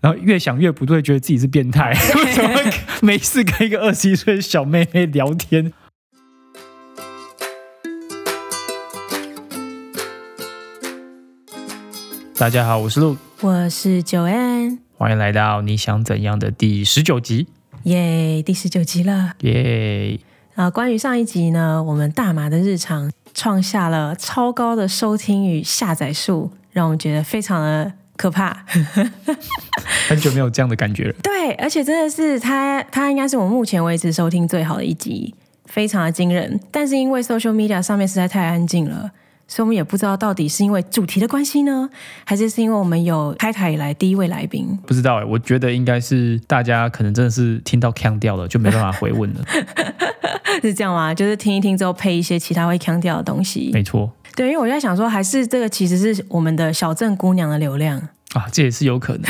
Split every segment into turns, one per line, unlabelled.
然后越想越不对，觉得自己是变态，为什么 会没事跟一个二十一岁的小妹妹聊天？大家好，我是陆，
我是九安，
欢迎来到你想怎样的第十九集，
耶，第十九集了。
耶、
啊，关于上一集呢，我们大麻的日常创下了超高的收听与下载数，让我们觉得非常的可怕。
很久没有这样的感觉了，
对，而且真的是它，它应该是我目前为止收听最好的一集，非常的惊人。但是因为 social media 上面实在太安静了，所以我们也不知道到底是因为主题的关系呢，还是是因为我们有开台以来第一位来宾。
不知道哎、我觉得应该是大家可能真的是听到腔调了，就没办法回问了。
是这样吗？就是听一听之后配一些其他会腔调的东西。
没错
对，因为我在想说，还是这个其实是我们的小镇姑娘的流量。
啊，这也是有可能，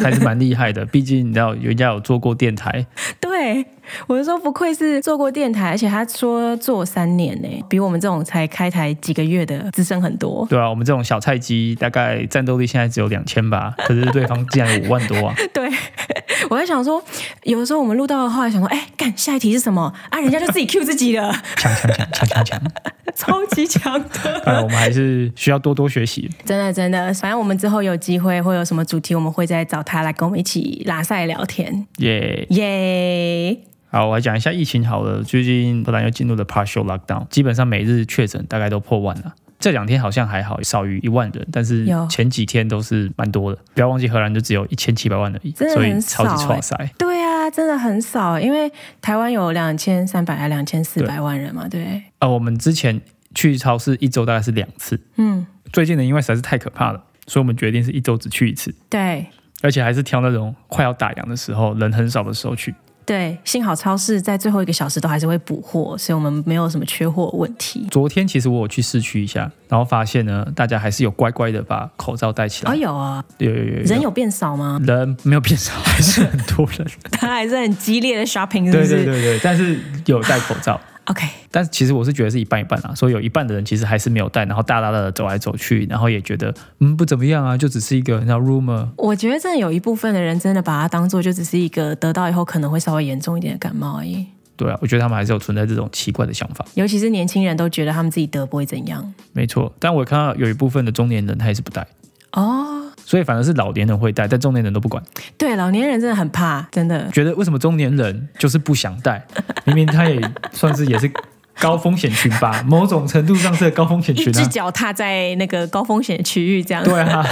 还是蛮厉害的。毕竟你知道，人家有做过电台，
对，我就说不愧是做过电台，而且他说做三年呢、比我们这种才开台几个月的资深很多。
对啊，我们这种小菜鸡，大概战斗力现在只有两千 吧，可是对方竟然有五万多啊！
对， 我在想说，有的时候我们录到后来想说，哎，干下一题是什么啊？人家就自己 Q 自己了，
强强强强强强！
超级强 的。
当然，啊我们还是需要多多学习。
真的真的，反正我们之后有机会会有什么主题，我们会再找他来跟我们一起拉赛聊天，
耶、
耶、
好，我来讲一下疫情好了。最近荷兰又进入了 partial lockdown，基本上每日确诊大概都破万了。这两天好像还好，少于一万人，但是
有
前几天都是蛮多的。不要忘记荷兰就只有一千七百万而已，
真的
所以
很
超级
少
超
欸
塞。
对啊，真的很少，因为台湾有两千三百还两千四百万人嘛，对，
啊，我们之前去超市一周大概是两次，
嗯，
最近的因为实在是太可怕了，所以我们决定是一周只去一次，
对
而且还是挑那种快要打烊的时候，人很少的时候去。
对，幸好超市在最后一个小时都还是会补货，所以我们没有什么缺货问题。
昨天其实我有去市区一下，然后发现呢，大家还是有乖乖的把口罩戴起来，
哦，有啊，
有有有有
人有变少 吗？
人没有变少，还是很多人。
他还是很激烈的 shopping，是不
对
是
对对对，但是有戴口罩。
o k
但是其实我是觉得是一半一半啊，所以有一半的人其实还是没有戴，然后大大的走来走去，然后也觉得嗯不怎么样啊，就只是一个你知道 rumor，
我觉得真的有一部分的人真的把它当做就只是一个得到以后可能会稍微严重一点的感冒而已，
对啊，我觉得他们还是有存在这种奇怪的想法。
尤其是年轻人都觉得他们自己得不会怎样
没错，但我看到有一部分的中年人他也是不戴，
哦。
所以反而是老年人会戴，但中年人都不管，
对，老年人真的很怕，真的
觉得为什么中年人就是不想戴？ 明明他也算是也是高风险群吧， 某种程度上是高风险
一
群
只
啊。
脚踏在那个高风险区域，这样
对啊，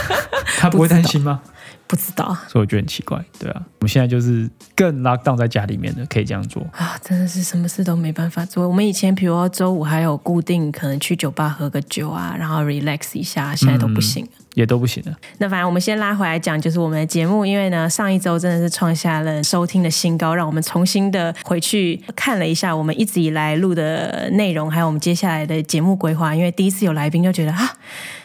他不会担心吗？
不知道
所以我觉得很奇怪，对啊，我们现在就是更 lock down 在家里面的，可以这样做。
啊，真的是什么事都没办法做。我们以前比如说周五还有固定可能去酒吧喝个酒啊，然后 relax 一下，现在都不行。
也都不行了，
那反正我们先拉回来讲，就是我们的节目，因为呢上一周真的是创下了收听的新高，让我们重新的回去看了一下我们一直以来录的内容，还有我们接下来的节目规划。因为第一次有来宾就觉得啊，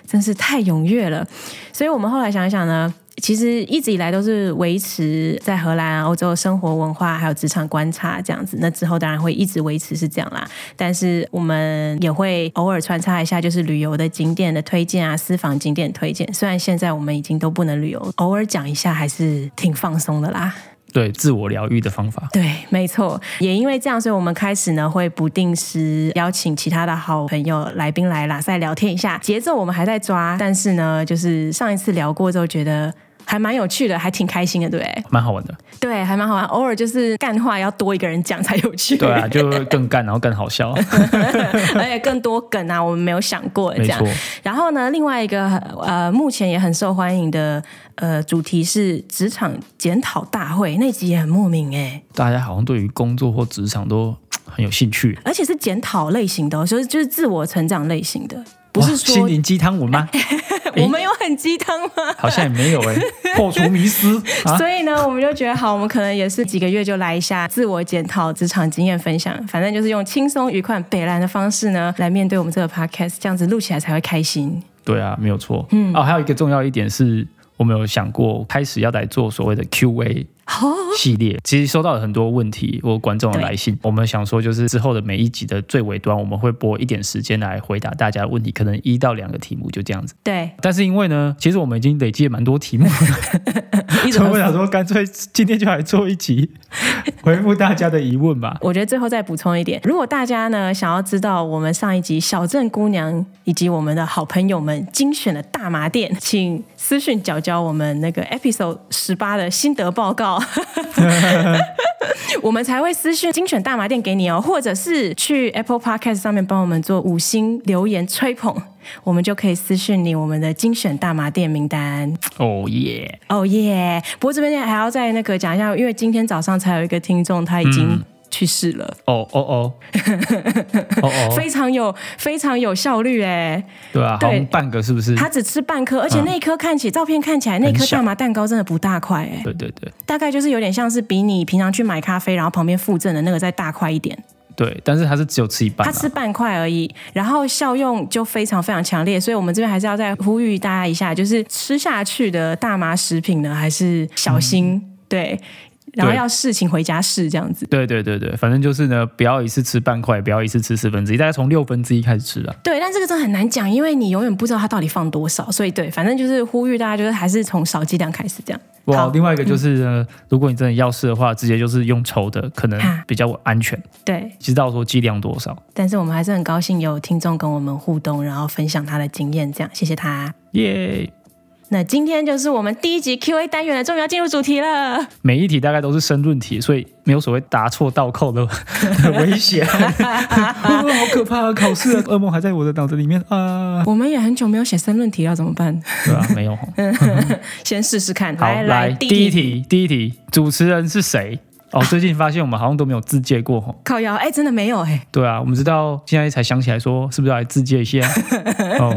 真是太踊跃了，所以我们后来想一想呢。其实一直以来都是维持在荷兰、欧洲的生活文化，还有职场观察这样子。那之后当然会一直维持是这样啦，但是我们也会偶尔穿插一下，就是旅游的景点的推荐啊，私房景点推荐。虽然现在我们已经都不能旅游，偶尔讲一下还是挺放松的啦。
对自我疗愈的方法，
对，没错，也因为这样，所以我们开始呢会不定时邀请其他的好朋友、来宾来拉塞聊天一下。节奏我们还在抓，但是呢，就是上一次聊过之后，觉得还蛮有趣的，还挺开心的，对不对？
蛮好玩的。
对，还蛮好玩。偶尔就是干话要多一个人讲才有趣，
对啊，就更干，然后更好笑，啊
而且更多梗啊，我们没有想过这
没
样
错。。
然后呢，另外一个呃，目前也很受欢迎的呃主题是职场检讨大会，那集也很莫名哎、
大家好像对于工作或职场都很有兴趣，
而且是检讨类型的、哦，就是就是自我成长类型的，不
哇
是
心
说
灵鸡汤文吗？
我们有很鸡汤吗？
好像也没有哎、 破除迷思啊。
所以呢，我们就觉得好，我们可能也是几个月就来一下自我检讨、职场经验分享，反正就是用轻松、愉快、北兰的方式呢，来面对我们这个 podcast，这样子录起来才会开心。
对啊，没有错。嗯，哦，还有一个重要一点是，我们有想过开始要来做所谓的 Q&A
哦，
系列。其实收到了很多问题或观众的
对
来信，我们想说就是之后的每一集的最尾端，我们会拨一点时间来回答大家的问题，可能一到两个题目就这样子。
对，
但是因为呢，其实我们已经累积了蛮多 题目了，
一直
所以我
回
想说干脆今天就来做一 集回复大家的疑问吧。
我觉得最后再补充一点，如果大家呢想要知道我们上一集小镇姑娘以及我们的好朋友们精选的大麻店，请私讯角角我们那个 episode 十八的心得报告， 我们才会私讯精选大麻店给你哦，或者是去 Apple Podcast 上面帮我们做五星留言吹捧，我们就可以私讯你我们的精选大麻店名单。
哦耶！
哦耶！不过这边还要再那个讲一下，因为今天早上才有一个听众他已经去世了。
哦哦哦，哦哦，
非常有非常有效率哎，
对啊，
对
好像半个是不是？啊
他只吃半颗，而且那一颗看起、照片看起来那颗
很小
大麻蛋糕真的不大块哎，
对对对
大概就是有点像是比你平常去买咖啡然后旁边附赠的那个再大块一点，
对，但是他是只有吃一半、
它
啊，
吃半块而已，然后效用就非常非常强烈，所以我们这边还是要再呼吁大家一下，就是吃下去的大麻食品呢还是小心、
嗯
对，然后
对
要事情回家试这样子。
对对对对，反正就是呢，不要一次吃半块，不要一次吃四分之一，大概从六分之一开始吃了。
对，但这个真的很难讲，因为你永远不知道它到底放多少，所以对，反正就是呼吁大家，就是还是从少剂量开始这样。
哇，
好
另外一个就是呢，如果你真的要吃的话，直接就是用抽的，可能
哈
比较安全，
对，
知道说剂量多少。
但是我们还是很高兴有听众跟我们互动，然后分享他的经验，这样谢谢他。
耶、
那今天就是我们第一集 Q&A 单元了，终于要进入主题了。
每一题大概都是申论题，所以没有所谓答错倒扣的 的危险。哇，好可怕、啊！考 试的噩梦还在我的脑子里面啊！
我们也很久没有写申论题了，怎么办？
对啊，没有。
先试试看。
好，
来
来
第
第一题，第一题，主持人是谁？哦，最近发现我们好像都没有自介过哦吼。
靠腰，哎，真的没有哎、
对啊，我们直到现在才想起来说，是不是要来自介一下？哦，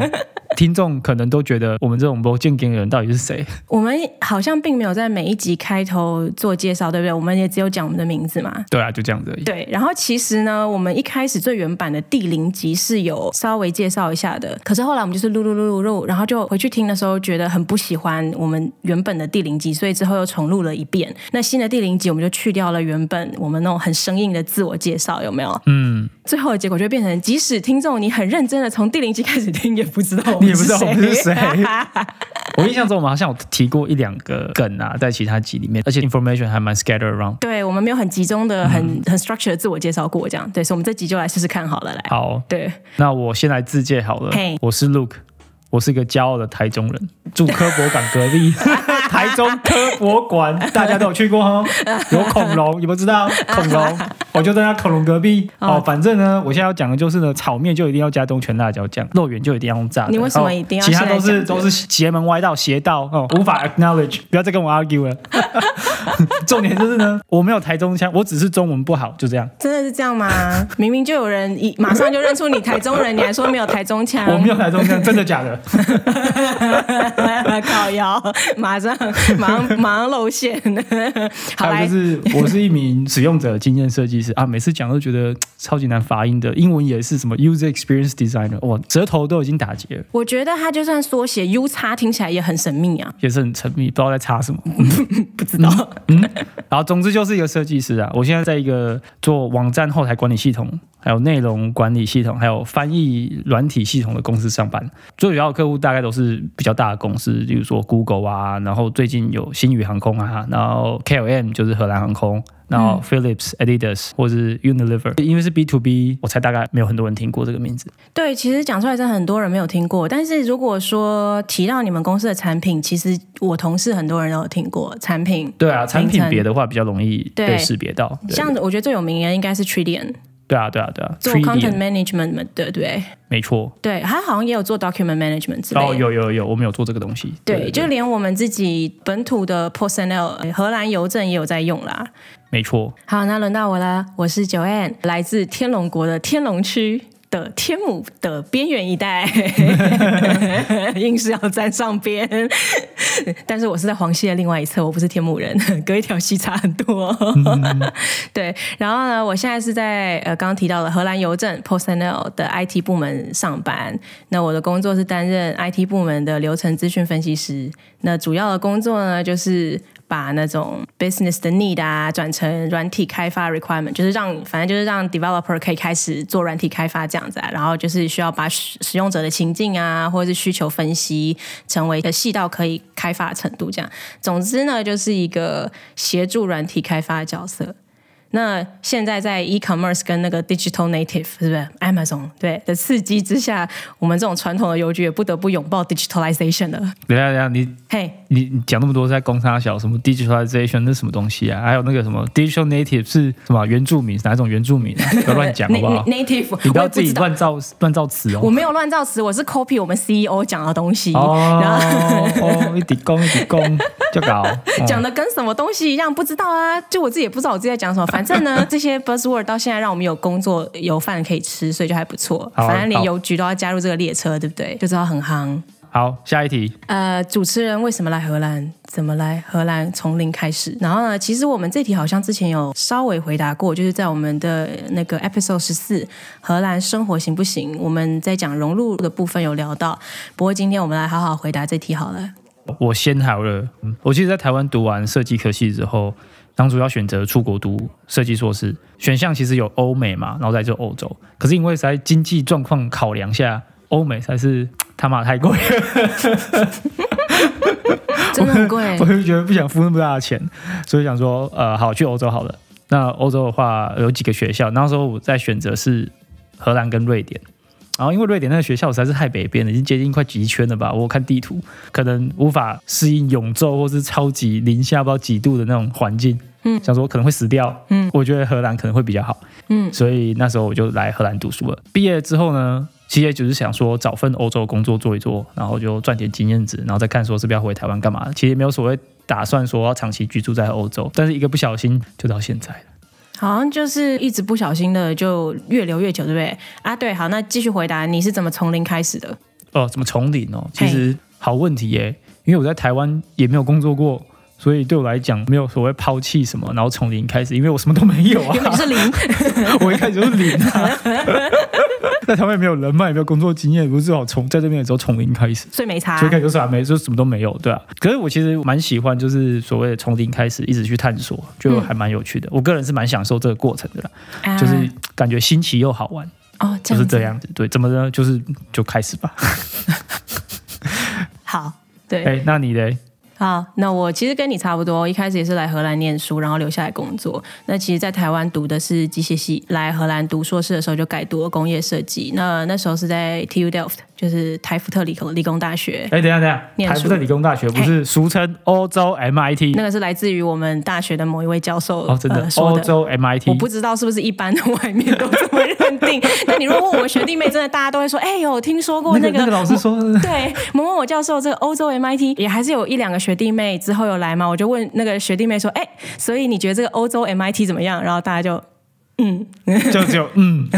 听众可能都觉得我们这种不见经人到底是谁？
我们好像并没有在每一集开头做介绍，对不对？我们也只有讲我们的名字嘛。
对啊，就这样子而已。
对，然后其实呢，我们一开始最原版的第零集是有稍微介绍一下的，可是后来我们就是录录录录录，然后就回去听的时候觉得很不喜欢我们原本的第零集，所以之后又重录了一遍。那新的第零集我们就去掉了原本我们那种很生硬的自我介绍，有没有？
嗯，
最后的结果就变成，即使听众你很认真的从第零集开始听，也不知道我
你
们。
也不知道我们是谁我印象中我们好像有提过一两个梗啊，在其他集里面，而且 information 还蛮 scattered around。
对我们没有很集中的、很
嗯
很 structure 的自我介绍过，这样对，所以我们这集就来试试看好了，来，
好，
对。
那我先来自介好了
嘿。
我是 Luke，我是一个骄傲的台中人，住科博馆隔 壁，台中科博馆，大家都有去过 哦。有恐龙，你们知道恐龙，我就在那恐龙隔壁。哦，
哦
反正呢，我现在要讲的就是呢，炒面就一定要加东泉辣椒酱，肉圆就一定要用炸的。
你为什么
哦
一定要
其他
现在
都是
讲这
都
个
是邪门歪道、邪道 哦，无法 acknowledge，不要再跟我 argue 了。重点就是呢，我没有台中腔，我只是中文不好，就这样。
真的是这样吗？ 明明就有人一马上就认出你台中人，你还说没有台中腔？
我没有台中腔，真的假的？
靠腰，马 上马上马上露馅。好
还有
来
就，是，我是一名使用者经验设计师啊，每次讲都觉得嘖超级难发音的，英文也是什么 user experience designer，哇，舌头都已经打结了，
我觉得他就算缩写 U 叉，听起来也很神秘啊。
也是很沉迷，不知道在插什么，不知道。嗯，然后总之就是一个设计师啊，我现在在一个做网站后台管理系统，还有内容管理系统，还有翻译软体系统的公司上班。最主要的客户大概都是比较大的公司，例如说 Google 啊，然后最近有新宇航空啊，然后 KLM 就是荷兰航空。然
嗯
后 Philips、Adidas 或是 Unilever，因为是 B to B，我猜大概没有很多人听过这个名字。
对，其实讲出来真的很多人没有听过，但是如果说提到你们公司的产品，其实我同事很多人都有听过产品。
对啊，产品
名称
别的话比较容易
对
被识别到。对
像我觉得最有名的应该是 Trillion
对啊，对啊，对啊。
做
3D
content management 的，对不对？
没错。
对，他好像也有做 document management 之类的。
哦，有有有，我们有做这个东西。
对，就连我们自己本土的 personnel，荷呃兰邮政也有在用啦。
没错。
好，那轮到我了，我是 Joanne，来自天龙国的天龙区。的天母的边缘一带，硬是要站上边。但是我是在黄溪的另外一侧，我不是天母人，隔一条溪差很多。 对，然后呢，我现在是在呃刚刚提到的荷兰邮政 Postnl 的 IT 部门上班。那我的工作是担任 IT 部门的流程资讯分析师。那主要的工作呢，就是把那种 business 的 need 啊，转成软体开发 requirement，就是让反正就是让 developer 可以开始做软体开发这样子啊。然后就是需要把使使用者的情境啊，或者是需求分析，成为呃细到可以开发的程度这样。总之呢，就是一个协助软体开发的角色。那现在在 e-commerce 跟那个 digital native 是不是 Amazon 对的刺激之下，我们这种传统的邮局也不得不拥抱 digitalization 了。
等一下等一下，你
嘿、
你你讲那么多是在攻差小，什么 digitalization 那是什么东西啊？还有那个什么 digital native 是什么啊原住民？是哪种原住民啊？不要乱讲好不 好？
native，
你不
我
要
也不
自
知
己
道，
乱造乱造词
我
哦。
没有乱造词，我是 copy 我们 CEO 讲的东西，然后
哦哦，一滴攻一滴攻，就搞
讲
哦
的跟什么东西一样，不知道啊，就我自己也不知道我自己在讲什么。反 正呢，这些 buzzword 到现在让我们有工作有饭可以吃，所以就还不错。
好
反正连
好
邮局都要加入这个列车，对不对？就知道很夯。
好，下一题。
呃，主持人为什么来荷兰？怎么来荷兰？从零开始。然后呢，其实我们这题好像之前有稍微回答过，就是在我们的那个 episode 十四《荷兰生活行不行》，我们在讲融入的部分有聊到。不过今天我们来好好回答这题好 了。
我先好了。嗯我其实在台湾读完设计科系之后，当初要选择出国读设计硕士，选项其实有欧美嘛，然后再就欧洲。可是因为在经济状况考量下，欧美才是他妈太贵了，
真的很贵
我就觉得不想付那么大的钱，所以想说，呃，好去欧洲好了。那欧洲的话有几个学校，那时候我在选择是荷兰跟瑞典。然后因为瑞典那个学校实在是太北边了，已经接近快极圈了吧？我看地图，可能无法适应永昼或是超级零下不知道几度的那种环境。嗯，想说可能会死掉。嗯，我觉得荷兰可能会比较好。
嗯，
所以那时候我就来荷兰读书了。毕业之后呢，其实也就是想说找份欧洲工作做一做，然后就赚点经验值，然后再看说是不是要回台湾干嘛的。其实也没有所谓打算说要长期居住在欧洲，但是一个不小心就到现在了。
好像就是一直不小心的就越留越久，对不对？啊，对，好，那继续回答，你是怎么从零开始的？
哦，怎么从零哦？其实好问题耶，因为我在台湾也没有工作过，所以对我来讲没有所谓抛弃什么，然后从零开始，因为我什么都没有
原本
啊
就，是零，
我一开始就是零啊。 在台湾也没有人脉，也没有工作经验，不是好从在这边的时候从零开始。
所以没差
所以。感觉啥啊没，就什么都没有，对啊。可是我其实蛮喜欢，就是所谓的从零开始，一直去探索，就还蛮有趣的。
嗯
我个人是蛮享受这个过程的啦，
啊
就是感觉新奇又好玩，
哦，
就
这样
是
子
这。样子。对，怎么呢？就是就开始吧。
好，对，
哎、那你嘞？
好，那我其实跟你差不多，一开始也是来荷兰念书，然后留下来工作。那其实，在台湾读的是机械系，来荷兰读硕士的时候就改读了工业设计。那那时候是在 TU Delft，就是台福特理工理工大学。
哎、等一下等一
念
下，
书哎
台福特理工大学不是俗称欧洲 MIT？
那个是来自于我们大学的某一位教授
哦，嗯真的
呃、，说
欧
的。
洲 MIT
我不知道是不是一般的外面都这么认定。 但你如果问我学弟妹，真的大家都会说：“哎、有听说过
那个
个
那个老师说，
对，某某某教授，这个欧洲 MIT 也还是有一两个学弟妹之后有来嘛，我就问那个学弟妹说，哎，所以你觉得这个欧洲 MIT 怎么样？然后大家就
就只有嗯，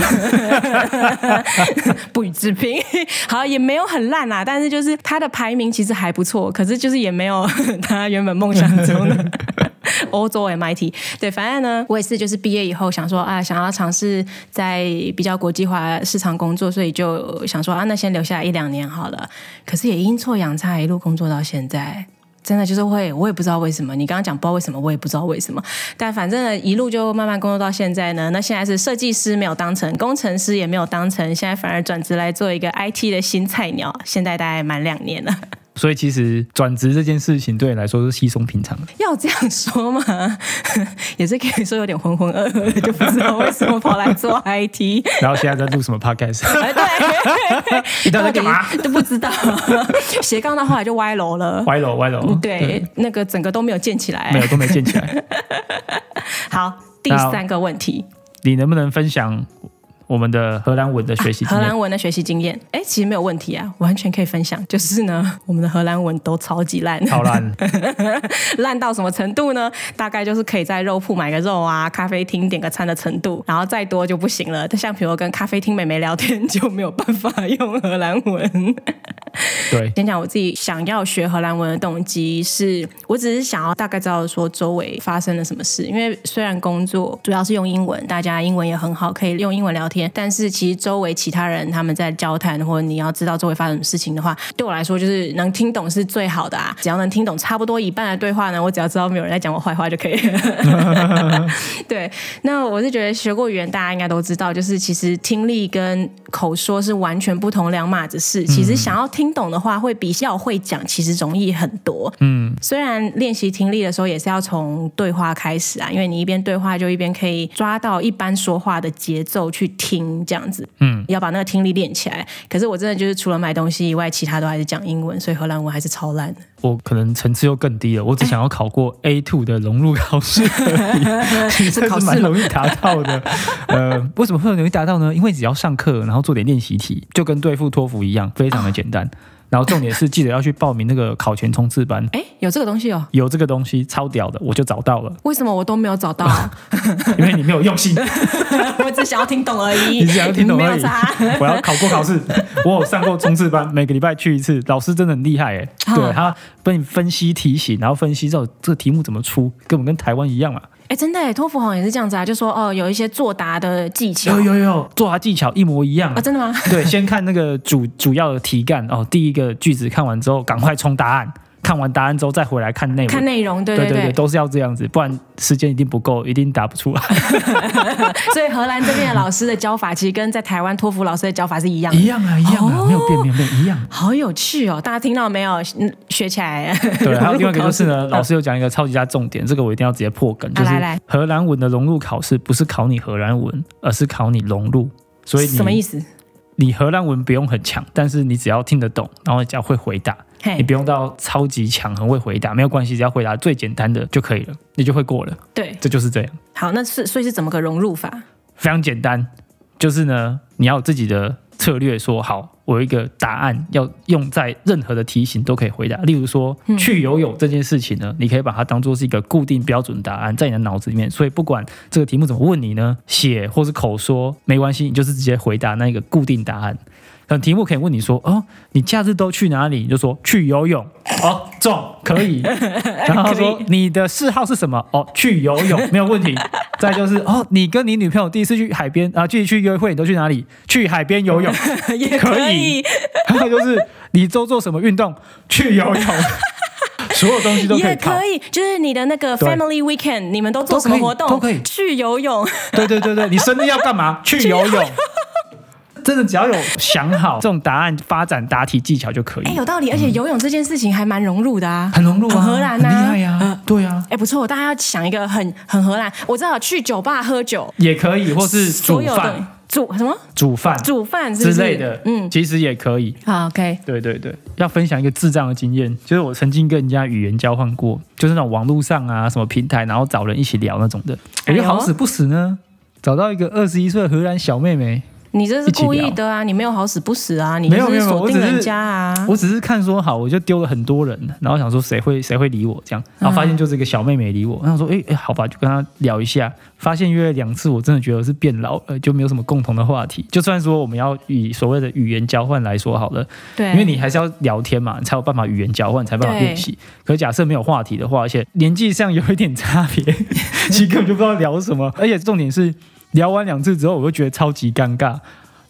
不予置评， 好，也没有很烂啦，但是就是它的排名其实还不错，可是就是也没有 他原本梦想中的 欧洲 MIT。对，反正呢，我也是就是毕业以后想说啊，想要尝试在比较国际化市场工作，所以就想说啊，那先留下来一两年好了。可是也阴错阳差，一路工作到现在。真的就是会，我也不知道为什么。你刚刚讲不知道为什么，我也不知道为什么。但反正呢，一路就慢慢工作到现在呢。那现在是设计师没有当成，工程师也没有当成，现在反而转职来做 一个 IT 的新菜鸟。现在大概满两年了，
所以其实转职这件事情对你来说是稀松平常的。
要这样说嘛， 也是可以说有点浑浑噩噩的，就不知道为什么跑来做 IT。
然后现在在录什么 podcast？
哎， 对，
你到底在干嘛？
到底都不知道。 斜杠到后来就歪楼了，
歪楼歪楼，
对，那个整个都没有建起
没有
来。
都没建起来。
好，第
那
三个问题。
你能不能分享？我们的荷兰文的 学习经
荷
验。
兰文的学习经验，哎，其实没有问题啊，完全可以分享。就是呢， 我们的荷兰文都超级烂，
好烂，
烂到什么程度呢？大概就是可以在肉铺买个肉啊，咖啡厅点个餐的程度，然后再多就不行了。像比如跟咖啡厅妹妹聊天，就没有办法用荷兰文。
对，
先讲我自己想要学荷兰文的动机是，我只是想要大概知道说周围发生了什么事。因为虽然工作主要是用英文，大家英文也很好，可以用英文聊天，但是其实周围其他人他们在交谈，或者你要知道周围发生什么事情的话，对我来说就是能听懂是最好的啊。只要能听懂差不多一半的对话呢，我只要知道没有人在讲我坏话就可以了。 对，那我是觉得学过语言，大家应该都知道，就是其实听力跟口说是完全不同两码子事。其
嗯
实想要听懂的话，会比较会讲，其实容易很多。嗯，虽然练习听力的时候也是要从对话开始啊，因为你一边对话就一边可以抓到一般说话的节奏去听，这样子。嗯，要把那个听力练起来。可是我真的就是除了买东西以外，其他都还是讲英文，所以荷兰文还是超烂的。
我可能层次又更低了，我只想要考过 A two 的融入考试而已， 其实
考
是
试
蛮
吗
容易达到的。呃，为什么会很容易达到呢？因为只要上课，然后做点练习题，就跟对付托福一样，非常的简单。然后重点是记得要去报名那个考前冲刺班。
哎，有这个东西哦。
有这个东西超屌的，我就找到了，
为什么我都没有找到、啊？
因为你没有用心，
我只想要听懂而已，
你只想要听懂而
没有
已
差。。
我要考过考试，我有上过冲刺班，每个礼拜去一次，老师真的很厉害哎，
啊
对他帮你分析题型，然后分析到这个题目怎么出，根本跟台湾一样嘛。
哎，真的耶，托福好像也是这样子啊，就说哦，有一些作答的技巧
有
啊、
有有，啊作答技巧一模一样。
真的吗？
对，先看那个主主要的题干哦，第一个句子看完之后，赶快冲答案，看完答案之后再回来看内
看
文。
内容，对
对
对
对，都是要这样子，不然时间一定不够，一定答不出来。
所以荷兰这边的老师的教法，其实跟在台湾托福老师的教法是一样的
一。样啊，一样啊，没有变，没有变，一样。
好有趣哦！大家听到没有？嗯，学起来。
对，还有另外一个就是呢，
嗯
老师有讲一个超级大重点，这个我一定要直接破梗，就是
来来
荷兰文的融入考试不是考你荷兰文，而是考你融入。所以
什么意
你
思？
你荷兰文不用很强，但是你只要听得懂，然后你只要会回答，你
嘿，
不用到超级强，很会回答，没有关系，只要回答最简单的就可以了，你就会过了。
对，
这就是这样，
好，那是所以是怎么个融入法？
非常简单。就是呢，你要有自己的策略说，好，我有一个答案要用在任何的题型都可以回答。例如说，去游泳这件事情呢，你可以把它当做是一个固定标准答案在你的脑子里面，所以不管这个题目怎么问你呢，写或是口说没关系，你就是直接回答那个固定答案。可能题目可以问你说，哦，你假日都去哪里？你就说去游泳。哦，中可 以。然后他说
可以
你的嗜好是什么？哦，去游泳没有问 题。再就是哦，你跟你女朋友第一次去海边啊，具体去约会，你都去哪里？去海边游 泳。
也
可以然后就是你都做什么运动？去游 泳。所有东西都可以
也
考
可。以，就是你的那个
对
family weekend，你们都做什么活动？
都可以都可以
去游泳，
对对对对，你生日要干嘛？去游泳。真的，只要有想好这种答案发展答题技巧就可以
哎，，有道理。而且游泳这件事情还蛮融入的啊，
嗯很融入啊，
很荷兰
很
啊，
厉害呀、对啊，
哎，不错，大家要想一个很很荷兰。我知道去酒吧喝酒，
也可以，或是煮
所有的
饭、
煮什么
煮饭
煮饭是
之
不是
类的，嗯，
嗯，
其实也可以。
好，OK，
对对对，要分享一个智障的经验，就是我曾经跟人家语言交换过，就是那种网络上啊什么平台，然后找人一起聊那种的。我
哎呦
就好死不死呢，找到一个二十一岁的荷兰小妹妹，
你这是故意的啊，你没有好死不死啊，你
没有
就
没
是
有
锁
我
定
只是
人家啊。
我只是看说好，我就丢了很多人，然后想说谁会谁会理我这样，然后发现就是一个小妹妹理我，然后说哎哎好吧，就跟她聊一下，发现约了两次，我真的觉得是变老了，就没有什么共同的话题。就算说我们要以所谓的语言交换来说好了，
对，
因为你还是要聊天嘛，你才有办法语言交换，才有办法
对
练习。可是假设没有话题的话，而且年纪上有一点差 别，其实根本就不知道聊什么。而且重点是，聊完两次之后，我就觉得超级尴
嗯
尬。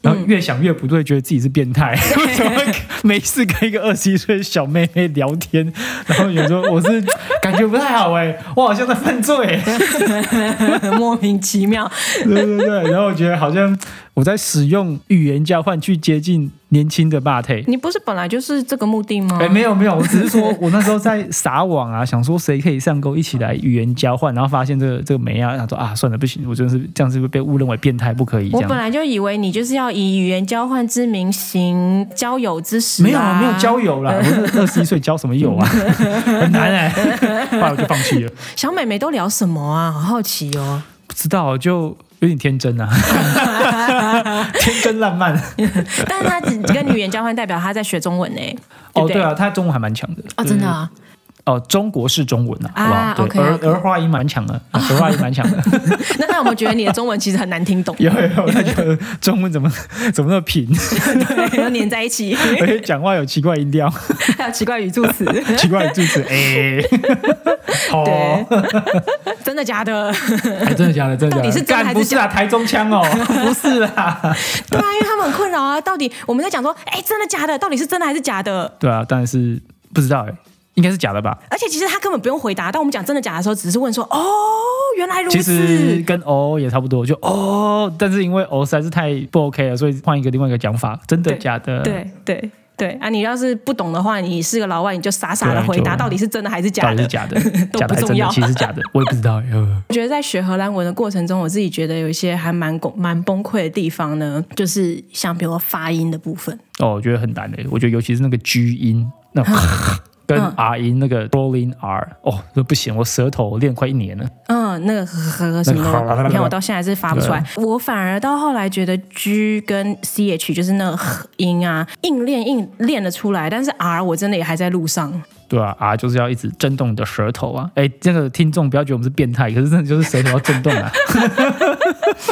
然后越想越不对，觉得自己是变态，为什么会没事跟一个二十一岁的小妹妹聊天？然后有时候我是感觉不太好哎、我好像在犯罪、欸。
莫名其妙，
对对对，然后我觉得好像我在使用语言交换去接近年轻的霸体。
你不是本来就是这个目的吗？
哎、没有没有，我只是 说我那时候在撒网啊，想说谁可以上钩一起来语言交换，然后发现这个这个没啊，想说啊算了不行，我真的是这样是不是被误认为变态，不可以这
我
样
本。来就以为你就是要以语言交换之名行交友之实、啊，
没有没有交友啦，我是啊二十一岁交什么友 啊，很难 哎、后来我就放弃了，
小美眉都聊什么啊？好好奇哦。
不知道就有点天 真啊，天真烂漫。
但是他只跟语言交换代表他在学中文呢、
哦，
不
对啊，他中文还蛮强的。
哦，真的啊，
哦，中国式中文啊，
啊
好不好？对，儿
OK，OK
儿化音蛮强的，啊 儿化音蛮强的。？
那他有没有觉得你的中文其实很难听懂
有有有，他觉得中文怎么怎么那么 平，
对，又粘在 一起，
而且讲话有奇怪音调、
还有奇怪语助词，
奇怪的句子，哦哎、好、
对， 真的假的？
哎，真的假的？真的假的？
到底是真的
干
还是
不是啊？台中腔 哦，不是啦。
对啊，因为他们很困扰啊。到底我们在讲说，哎、真的假的？到底是真的还是假的？
对啊，但是不知道哎、应该是假的吧？
而且其实他根本不用回答，当我们讲真的假的时候，只是问说，哦，原来如
其实
此。
跟哦也差不多，就哦，但是因为哦实在是太不 OK 了，所以换一个另外一个讲法，真的
对
假的？，
对对对啊！你要是不懂的话，你是个老外，你就傻傻的
对啊
回答
就
到底是真的还是假
到底
的
是。假的，
都不
假的还是真
重
的，
要
其实是假的，我也不知道哎、呃
我觉得在学荷兰文的过程中，我自己觉得有一些还蛮崩蛮崩溃的地方呢，就是像比如说发音的部分。
哦，我觉得很难哎、我觉得尤其是那个 G 音，那种跟
嗯
R 音那个 rolling R，哦，那不行，我舌头练快一年了。
嗯，那个呵呵呵什么
那个
的，你看我到现在还是发不出来。我反而到后来觉得 G 跟 C H 就是那个呵音啊，硬练硬练得出来，但是 R 我真的也还在路上。
对啊，啊，就是要一直震动你的舌头啊！哎，这个听众不要觉得我们是变态，可是真的就是舌头要震动啊。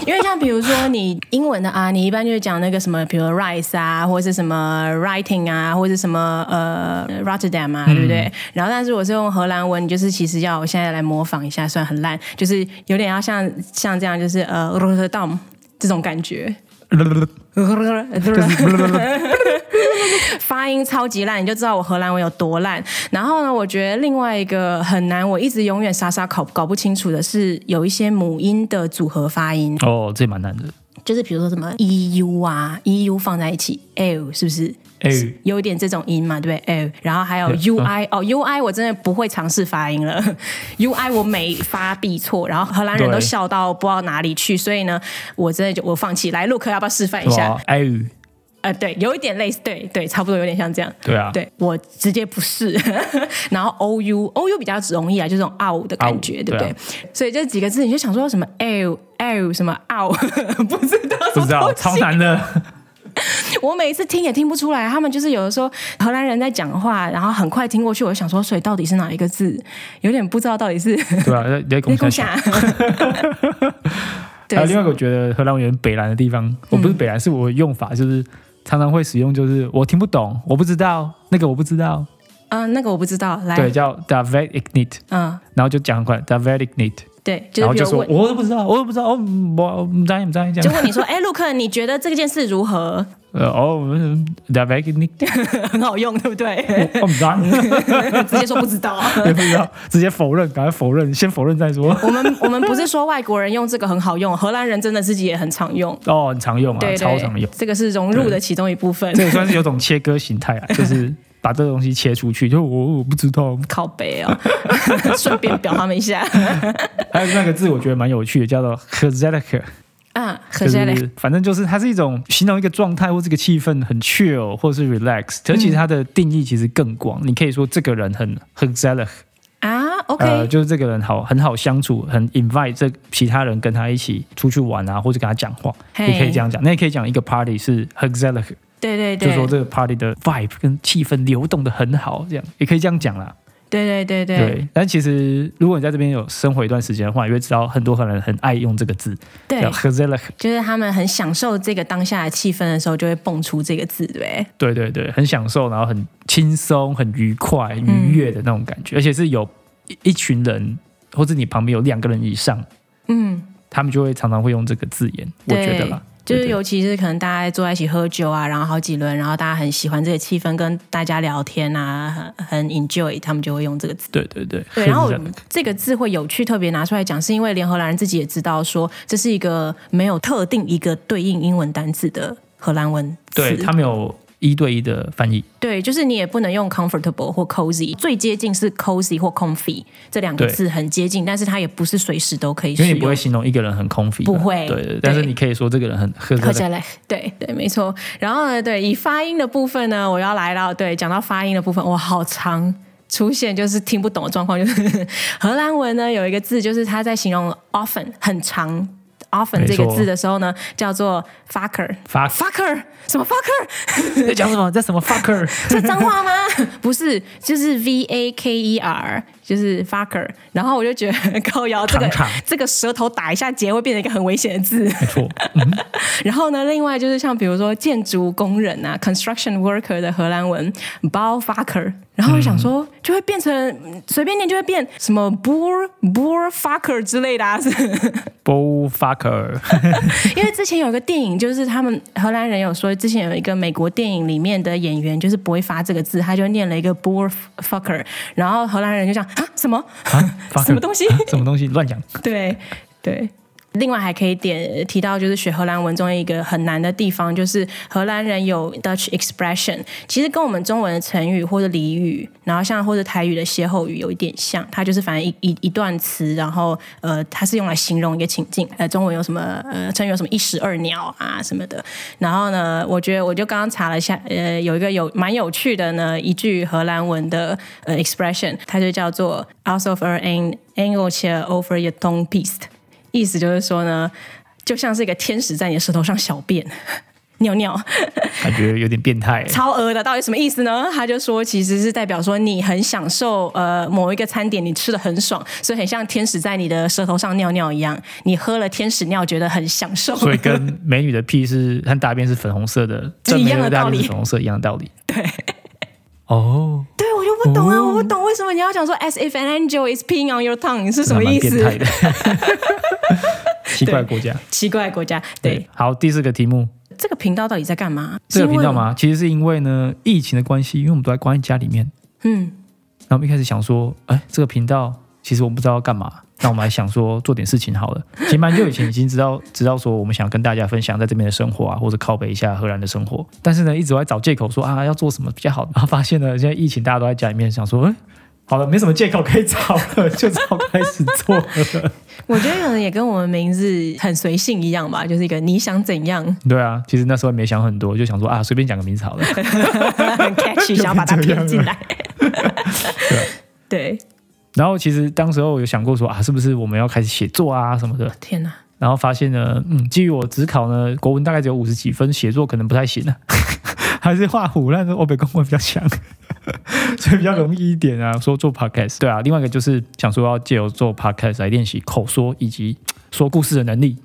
因为像比如说你英文的啊，你一般就是讲那个什么，比如 rice 啊，或者是什么 writing 啊，或者是什么呃 Rotterdam
嗯
啊，对不对？然后但是我是用荷兰文，你就是其实要我现在来模仿一下，虽然很烂，就是有点要像像这样，就是呃 Rotterdam 这种感觉。发音超级烂，你就知道我荷兰文有多烂。然后呢，我觉得另外一个很难，我一直永远傻傻搞搞不清楚的是，有一些母音的组合发音，
哦，这蛮难的。
就是比如说什么 e u 啊，e u 放在一起，l 是不是？
哎，
有点这种音嘛，对不对？l 然后还有
对
u i 哦，u i 我真的不会尝试发音了 ，u i 我每发必错，然后荷兰人
对
都笑到不知道哪里去，所以呢，我真的就我放弃。来，陆克要不要示范一下？
哇，哎，
呃，对，有一点类似，对对，差不多有点像这样。
对啊，
对我直接不是， 然后 O U O U 比较容易啊，就这种 out 的感觉，
out，
对
对
不对
啊？
所以这几个字你就想说什么 L L 什么 out，不 知道
不知道，
什么
超
东西
难的。
我每次听也听不出来，他们就是有的时候荷兰人在讲话，然后很快听过去，我就想说，所以到底是哪一个字？有点不知道到 底是
对啊，你在
那
共
共
享。
下。
还有另 外
对
一个，我觉得荷兰语有点北兰的地方，我不是北兰，是我用法就是常常会使用，就是我听不懂，我不知道那个我不知道，
嗯，那个我不知道，
对，
来，
叫 David Ignit，
嗯，
然后就讲很快 David Ignit，
对，就
然后
是比
就
如
说
问，
我都不知道，我都不知道，哦，嗯我唔知唔知这
就
样，
问你说，哎，陆克，你觉得这件事如 何？
呃，哦嗯，David Ignit，
很好用，对不对？
我唔知。
直接说不知道。
也不知道，直接否认，赶快否认，先否认再 说。
我们我们不是说外国人用这个很好用，荷兰人真的自己也很常用，
哦，很常用啊，
对对，
超常用，
这个是融入的其中一部分。
这也算是有种切割形态啊，就是把这个东西切出去。就哦我我不知道，
靠背哦， 顺便表他们一 下。
还有那个字我觉得蛮有趣的，叫做 h e z e l i c
嗯，可
就是
嘞，
是反正就是它是一种形容一个状态或这个气氛很 chill 或是 relax，可是其实它的定义其实更广，你可以说这个人很很 z e l i c
啊，OK，、
呃，就是这个人好很好相处，很 invite 这其他人跟他一起出去玩啊，或者跟他讲话，
嘿
也可以这样讲。那也可以讲一个 party 是 h e z e l i c
对对
就
对，
说这个 party 的 vibe 跟气氛流动的很好，这样也可以这样讲啦。
对对对对，
对，但其实如果你在这边有生活一段时间的话，你会知道很多荷兰人很爱用这个字，
对
叫 h e z e l i c
就是他们很享受这个当下的气氛的时候，就会蹦出这个字，对不对。
对对对，很享受，然后很轻松、很愉快、愉悦
嗯
的那种感觉，而且是有一一群人，或者你旁边有两个人以上，
嗯，
他们就会常常会用这个字眼，我觉得啦。
就
对
是
对
尤其是可能大家坐在一起喝酒啊，然后好几轮，然后大家很喜欢这个气氛，跟大家聊天啊，很很 enjoy，他们就会用这个字。
对对对，
对，然后
Gezellig
这个字会有趣，特别拿出来讲，是因为连荷兰人自己也知道说，这是一个没有特定一个对应英文单字的荷兰文词。
对他们有一对一的翻译，
对就是你也不能用 comfortable 或 cozy，最接近是 cozy 或 comfy 这两个
对
字很接近，但是它也不是随时都可以
因
使
为
用。
你不会形容一个人很空腹，
不会
对对
对，
但是你可以说这个人很 h e z e l i
喝
c
下来，对对，没错。然后呢，对，以发音的部分呢，我要来到对讲到发音的部分，哇，好长。出现就是听不 懂的状况，就是荷兰文呢有一个字，就是它在形容 often 很长 often
没
这个
错
字的时候呢，叫做 fucker。
fuck
fucker 什 么 fucker？
在讲什么？在什么 fucker？
是脏话吗？不是，就是 v a k e r，就是 fucker。然后我就觉得高瑶这个
常常
这个舌头打一下结会变成一个很危险的 字。
没错，
然后呢，另外就是像比如说建筑工人啊，construction worker 的荷兰文 bouwvakker，然后我想说就会变成嗯随便念就会变什么 boer boer fucker 之类的啊， 是
bull fucker，
因为之前有一个电影，就是他们荷兰人有说，之前有一个美国电影里面的演员就是不会发这个字，他就念了一个 boer fucker，然后荷兰人就讲啊什么
啊 fucker
什么东西
啊什么东西？乱讲。
对对。另外还可以点提到，就是学荷兰文中一个很难的地方，就是荷兰人有 Dutch expression，其实跟我们中文的成语或者俚语，然后像或者台语的歇后语有一点像，它就是反正一一一段词，然后呃，它是用来形容一个情境，呃，中文有什么呃成语有什么一石二鸟啊什么的，然后呢，我觉得我就刚刚查了一下，呃，有一个有蛮有趣的呢一句荷兰文的呃 expression，它就叫做 out of a an angeltje over your tongue piece。意思就是说呢，就像是一个天使在你的舌头上小便、 尿尿，
感觉有点变态。
超额的，到底什么意思呢？他就说，其实是代表说你很享受呃某一个餐点，你吃的很爽，所以很像天使在你的舌头上尿尿一样，你喝了天使尿，觉得很享受。
所以跟美女的屁是和大便是粉红色的，
是
正
一
妹
样的
大
道理
便是粉红色一样的道理。对。哦，
对，我就不懂啊，
哦
我不懂为什么你要讲说 as if an angel is peeing on your tongue 是什
那
么
蛮
意
变
思
态？的。 奇怪的国家。
奇怪的国家，对
好，第四个题目，
这个频道到底在干嘛？
这个
是因为
频道？嘛，其实是因为呢疫情的关系，因为我们都在关在家里面，
嗯，
然后我们一开始想说，哎，这个频道其实我们不知道要干嘛，那我们还想说做点事情好了。其实蛮久以前已经知道 知道说我们想跟大家分享在这边的生活啊，或者靠北一下荷兰的生活，但是呢一直在找借口说啊要做什么比较好，然后发现呢现在疫情大家都在家里面，想说，哎，好了，没什么借口可以找了， 就只好开始做 了。
我觉得可能也跟我们名字很随性一样吧，就是一个你想怎样，
对啊，其实那时候也没想很多，就想说啊，随便讲个名字好了。
很 catchy，想要把它骗进 来。对，
然后其实当时候有想过说啊，是不是我们要开始写作啊什么的？
天哪！
然后发现呢，嗯，基于我只考呢，国文大概只有五十几分，写作可能不太行啊， 还是画虎烂的哦欧北公文比较强， 所以比较容易一点啊。说做 podcast，对啊，另外一个就是想说要借由做 podcast 来练习口说以及说故事的能力，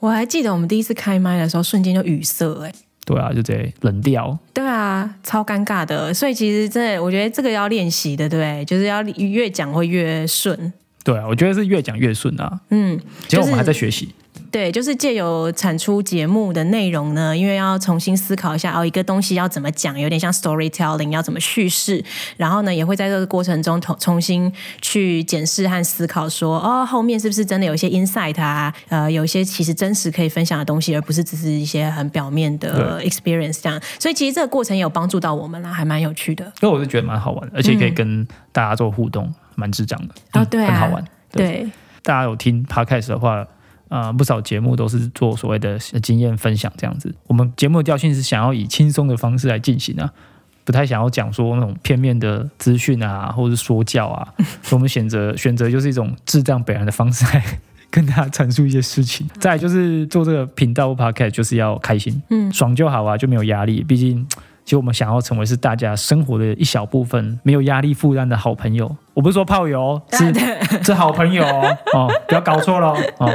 我还记得我们第一次开麦的时候，瞬间就语塞、哎。
对啊，就直接冷掉。
对啊，超尴尬的。所以其实真的，我觉得这个要练习的，对不对，就是要越讲会越顺。
对啊，我觉得是越讲越顺啊。
嗯，
其实我
就是
们还在学习，
对，就是借由产出节目的内容呢，因为要重新思考一下哦，一个东西要怎么讲，有点像 storytelling，要怎么叙事，然后呢，也会在这个过程中重重新去检视和思考说，哦，后面是不是真的有一些 insight 啊，呃，有一些其实真实可以分享的东西，而不是只是一些很表面的 experience 这样。所以其实这个过程也有帮助到我们啦，还蛮有趣的。
所以我是觉得蛮好玩的，而且可以跟大家做互动，蛮智障的，
嗯哦
嗯
对啊
很好玩。
对，
大家有听 podcast 的话，呃，不少节目都是做所谓的经验分享这样子。我们节目的调性是想要以轻松的方式来进行啊，不太想要讲说那种片面的资讯啊，或者是说教啊，所以我们选择选择就是一种智障北然的方式来 跟大家阐述一些事情。再来就是做这个频道或 podcast 就是要开心，
嗯
爽就好啊，就没有压力。毕竟，其实我们想要成为是大家生活的一小部分，没有压力负担的好朋友。我不是说炮友哦，是 是好朋友哦，哦不要搞错了哦。 哦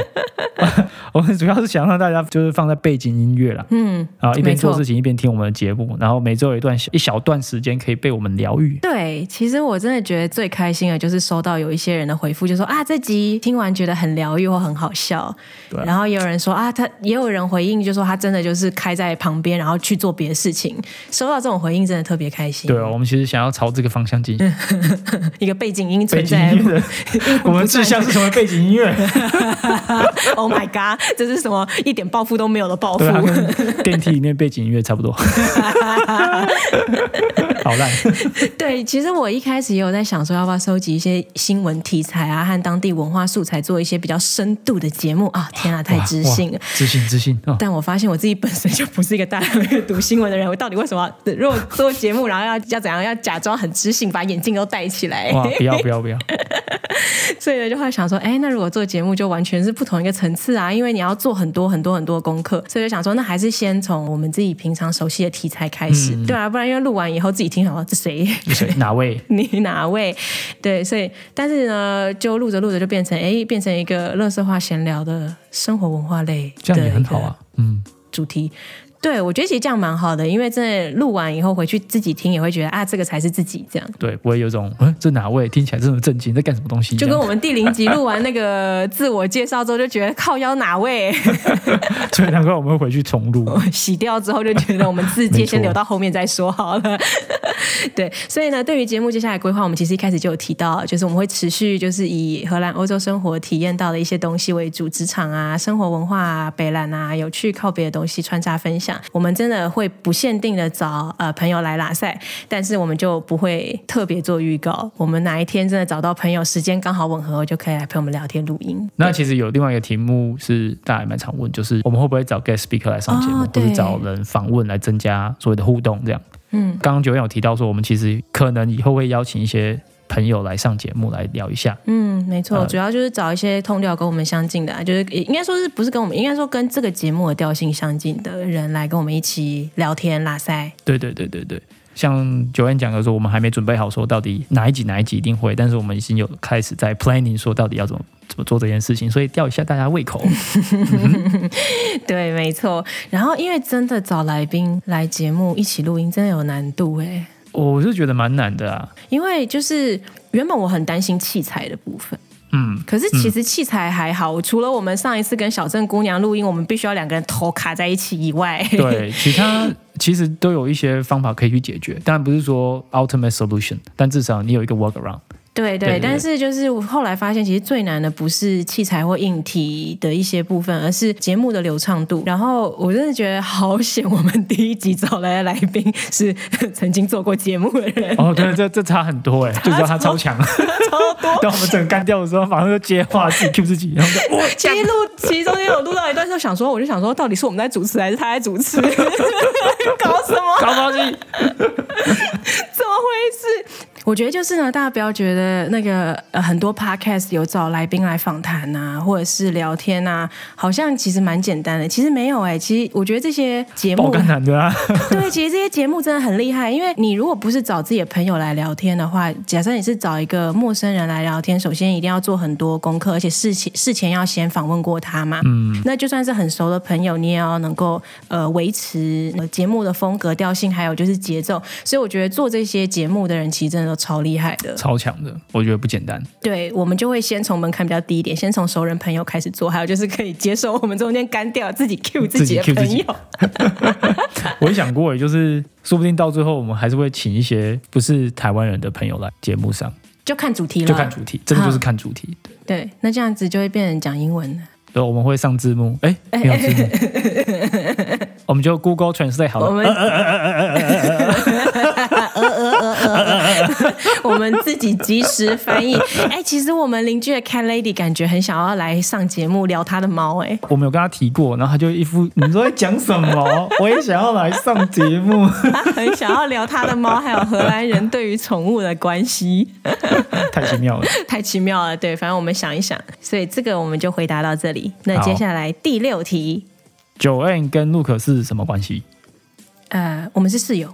我们主要是想让大家就是放在背景音乐啦，
嗯，
啊，一边
没错
做事情一边听我们的节目，然后每周有一段一小段时间可以被我们疗愈。
对，其实我真的觉得最开心的就是收到有一些人的回复，就说啊这集听完觉得很疗愈或很好笑，
对啊
然后也有人说啊他也有人回应就说他真的就是开在旁边，然后去做别的事情，收到这种回应真的特别开心，
对哦，我们其实想要朝这个方向进行。
一个背景音
背
嗯存
景
在
音乐的， 我们志向是成为背景音 乐，
，Oh my god，这是什么一点抱负都没有的抱负
对，啊，跟电梯里面背景音乐差不多。好烂，
对，其实我一开始也有在想说，要不要收集一些新闻题材啊，和当地文化素材做一些比较深度的节目啊！天啊，太
哇
知性
哇
了。
知性知性哦。
但我发现我自己本身就不是一个大量阅读新闻的人，我到底为什么要如 果做节目，然后要要怎样，要假装很知性，把眼镜都戴起来？
哇，不要不要不要！
所以呢，就会想说，哎，那如果做节目就完全是不同一个层次啊，因为你要做很多很多很多功课，所以就想说，那还是先从我们自己平常熟悉的题材开始，
嗯
对啊，不然因为录完以后自己听，想到这谁
谁哪位？
你 哪位，对，所以但是呢，就录着录着就变成，哎，变成一个乐色化闲聊的生活文化类，
这样也很好啊。嗯，
主题。对，我觉得其实这样蛮好的，因为真的录完以后回去自己听，也会觉得啊，这个才是自己这样。
对，不会有种嗯，这哪位听起来这么震惊，在干什么东西一
就
样？
跟我们第零集录完那个自我介绍之后，就觉得靠腰哪位
所以难怪我们会回去重 录。
洗掉之后，就觉得我们自
没
介
错
先留到后面再说好了。 对，所以呢，对于节目接下来规划，我们其实一开始就有提到，就是我们会持续就是以荷兰欧洲生活体验到的一些东西为主，职场啊、生活文化啊、北兰啊、有趣靠别的东西穿插分享。我们真的会不限定的找呃朋友来拉塞，但是我们就不会特别做预告。我们哪一天真的找到朋友时间刚好吻合，就可以来陪我们聊天录音。
那其实有另外一个题目是大家也蛮常问，就是我们会不会找 guest speaker 来上节目，
哦
或
对
者找人访问来增加所谓的互动这样。嗯，刚刚九燕有提到说，我们其实可能以后会邀请一些朋友来上节目来聊一下。
嗯，没错，
呃
主要就是找一些痛调跟我们相近的啊、就是也应该说是不是跟我们，应该说跟这个节目的调性相近的人来跟我们一起聊天拉塞。
对对对对对，像九燕讲的说，我们还没准备好说到底哪一集哪一集一定会，但是我们已经有开始在 planning 说到底要怎么怎么做这件事情，所以吊一下大家胃 口。
对，没错。然后因为真的找来宾来节目一起录音，真的有难度哎、
我是觉得蛮难的啊，
因为就是原本我很担心器材的部分。
嗯，
可是其实器材还好，除了我们上一次跟小镇姑娘录音，我们必须要两个人头卡在一起以外，
对，其他其实都有一些方法可以去解决，当然不是说 ultimate solution，但至少你有一个 workaround。
对
对对
对，但是就是我后来发现，其实最难的不是器材或硬体的一些部分，而是节目的流畅度。然后我真的觉得好险，我们第一集找来的来宾是曾经做过节目的 人，
哦，对，这这差很多哎，就知道他超强。
超多。
当我们整个干掉的时候，马上就接话自己 Q 自己，然后 就哇，
其实录，其实中间有录到一段，就想说，我就想说，到底是我们在主持还是他在主 持？搞什么？
高高兴。
怎么回事？我觉得就是呢，大家不要觉得那个呃很多 podcast 有找来宾来访谈啊，或者是聊天啊，好像其实蛮简单的。其实没有哎、其实我觉得这些节
爆
目，
肝难的啊！
对，其实这些节目真的很厉害，因为你如果不是找自己的朋友来聊天的话，假设你是找一个陌生人来聊天，首先一定要做很多功课，而且事前事前要先访问过他嘛。嗯，那就算是很熟的朋友，你也要能够呃维持呃节目的风格调性，还有就是节奏。所以我觉得做这些节目的人其实真的都超厉害 的。
超强的，我觉得不简单。
对，我们就会先从门槛比较低一点，先从熟人朋友开始做，还有就是可以接受我们中间干掉自己 Q 自己的
自己 cue 自
朋
己
友。
我也想过，也就是说不定到最后我们还是会请一些不是台湾人的朋友来节目上，
就看主题了，
就看主题，真的就是看主题。
对，那这样子就会变成讲英文了。
对，我们会上字幕， 哎，没有字幕，我们就 Google Translate 好
我
了。
们 我们自己及时翻译。哎、其实我们邻居的 Cat Lady 感觉很想要来上节目聊她的猫、哎，
我们有跟他提过，然后他就一副你都在讲什么？我也想要来上节目。
她很想要聊她的猫，还有荷兰人对于宠物的关系，
太奇妙了。
太奇妙了。对，反正我们想一想，所以这个我们就回答到这里。那
好
接下来第六题，
九 N 跟陆可是什么关系？
呃，我们是室友。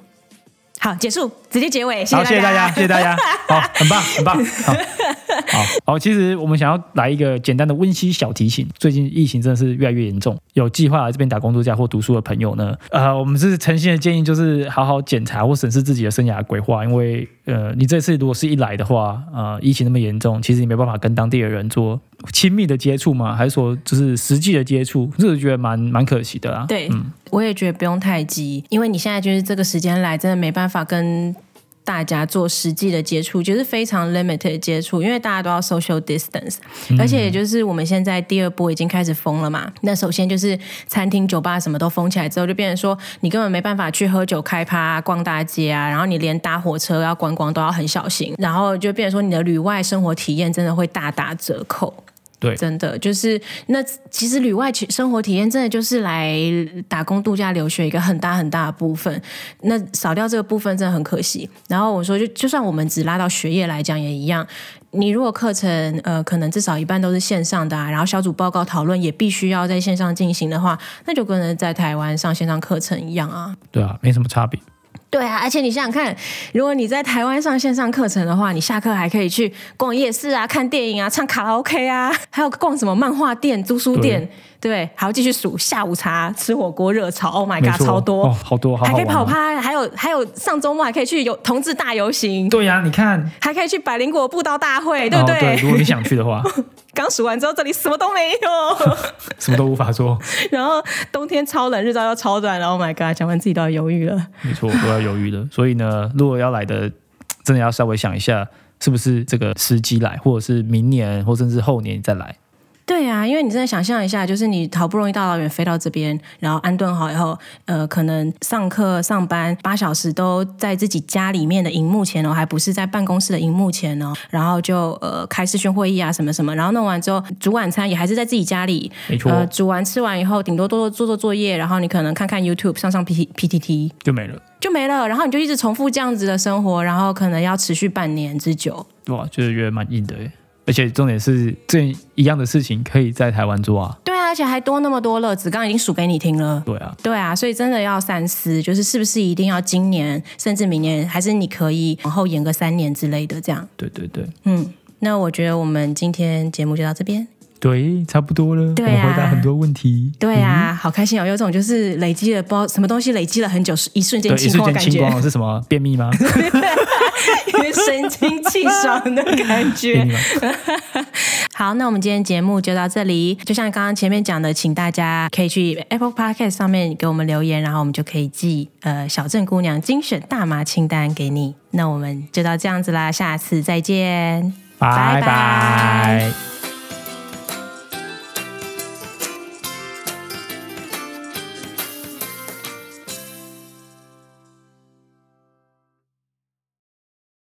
好，结束，直接结尾，谢
好，
谢
谢谢大家，谢谢大 家，好，很棒，很棒，好，好，好。其实我们想要来一个简单的温馨小提醒，最近疫情真的是越来越严重，有计划来这边打工度假或读书的朋友呢，呃，我们是诚心的建议，就是好好检查或审视自己的生涯规划，因为呃，你这次如果是一来的话，呃，疫情那么严重，其实你没办法跟当地的人做亲密的接触嘛，还是说就是实际的接触，这个觉得蛮蛮可惜的啊啦。
对，我也觉得不用太急，因为你现在就是这个时间来，真的没办法跟大家做实际的接触，就是非常 limited 的接触，因为大家都要 social distance，、而且也就是我们现在第二波已经开始封了嘛。那首先就是餐厅、酒吧什么都封起来之后，就变成说你根本没办法去喝酒、开趴、啊、逛大街啊，然后你连搭火车要观光都要很小心，然后就变成说你的旅外生活体验真的会大打折扣。
对
真的就是那其实旅外其生活体验真的就是来打工度假留学一个很大很大的部分，那少掉这个部分真的很可惜。然后我说就就算我们只拉到学业来讲也一样，你如果课程呃可能至少一半都是线上的、啊，然后小组报告讨论也必须要在线上进行的话，那就跟在台湾上线上课程一样啊。
对啊，没什么差别。
对啊，而且你想想看，如果你在台湾上线上课程的话，你下课还可以去逛夜市啊、看电影啊、唱卡拉 OK 啊，还有逛什么漫画店、租书店，对不对？还要继续数下午茶、吃火锅、热炒，Oh my
没
god，
错，
超多！
哦，好多，好好
还可以
玩
跑
哦。
趴，还有还有上周末还可以去游同志大游行，
对啊呀、你看，
还可以去百灵果步道大会，对不
哦、对，如
对？
果你想去的 话，
刚数完之后，这里什么都没有。
什么都无法做，
然后冬天超冷，日照又超短，Oh my god，讲完自己都要犹豫了。
没错，都要犹豫的。所以呢，如果要来的，真的要稍微想一下，是不是这个时机来，或者是明年，或甚至后年再来。
对啊，因为你真的想象一下，就是你好不容易大老远飞到这边，然后安顿好以后，呃，可能上课、上班八小时都在自己家里面的荧幕前哦，还不是在办公室的荧幕前哦，然后就呃开视讯会议啊什么什么，然后弄完之后煮晚餐也还是在自己家里，
没错，
呃，煮完吃完以后，顶多做做做做作业，然后你可能看看 YouTube、上上 P P T T
就没了。
就没了，然后你就一直重复这样子的生活，然后可能要持续半年之久。
哇，就是觉得蛮硬的耶。而且重点是，这一样的事情可以在台湾做啊。
对啊，而且还多那么多乐子，刚刚已经数给你听了。
对啊，
对啊，所以真的要三思，就是是不是一定要今年，甚至明年，还是你可以往后延个三年之类的这样。
对对对
嗯，那我觉得我们今天节目就到这边。
对，差不多了。
对啊
我们回答很多问题。
对啊，好开心哦，有种就是累积了不知道什么东西，累积了很久，是一瞬
对，
间
一
清
瞬
空的
间
感
清
觉
光，了是什么？便 秘吗？
神清气爽的感觉
便秘。吗？
好，那我们今天节目就到这里。就像刚刚前面讲的，请大家可以去 Apple Podcast 上面给我们留言，然后我们就可以寄呃小镇姑娘精选大麻清单给你。那我们就到这样子啦，下次再见。
拜
拜拜
拜。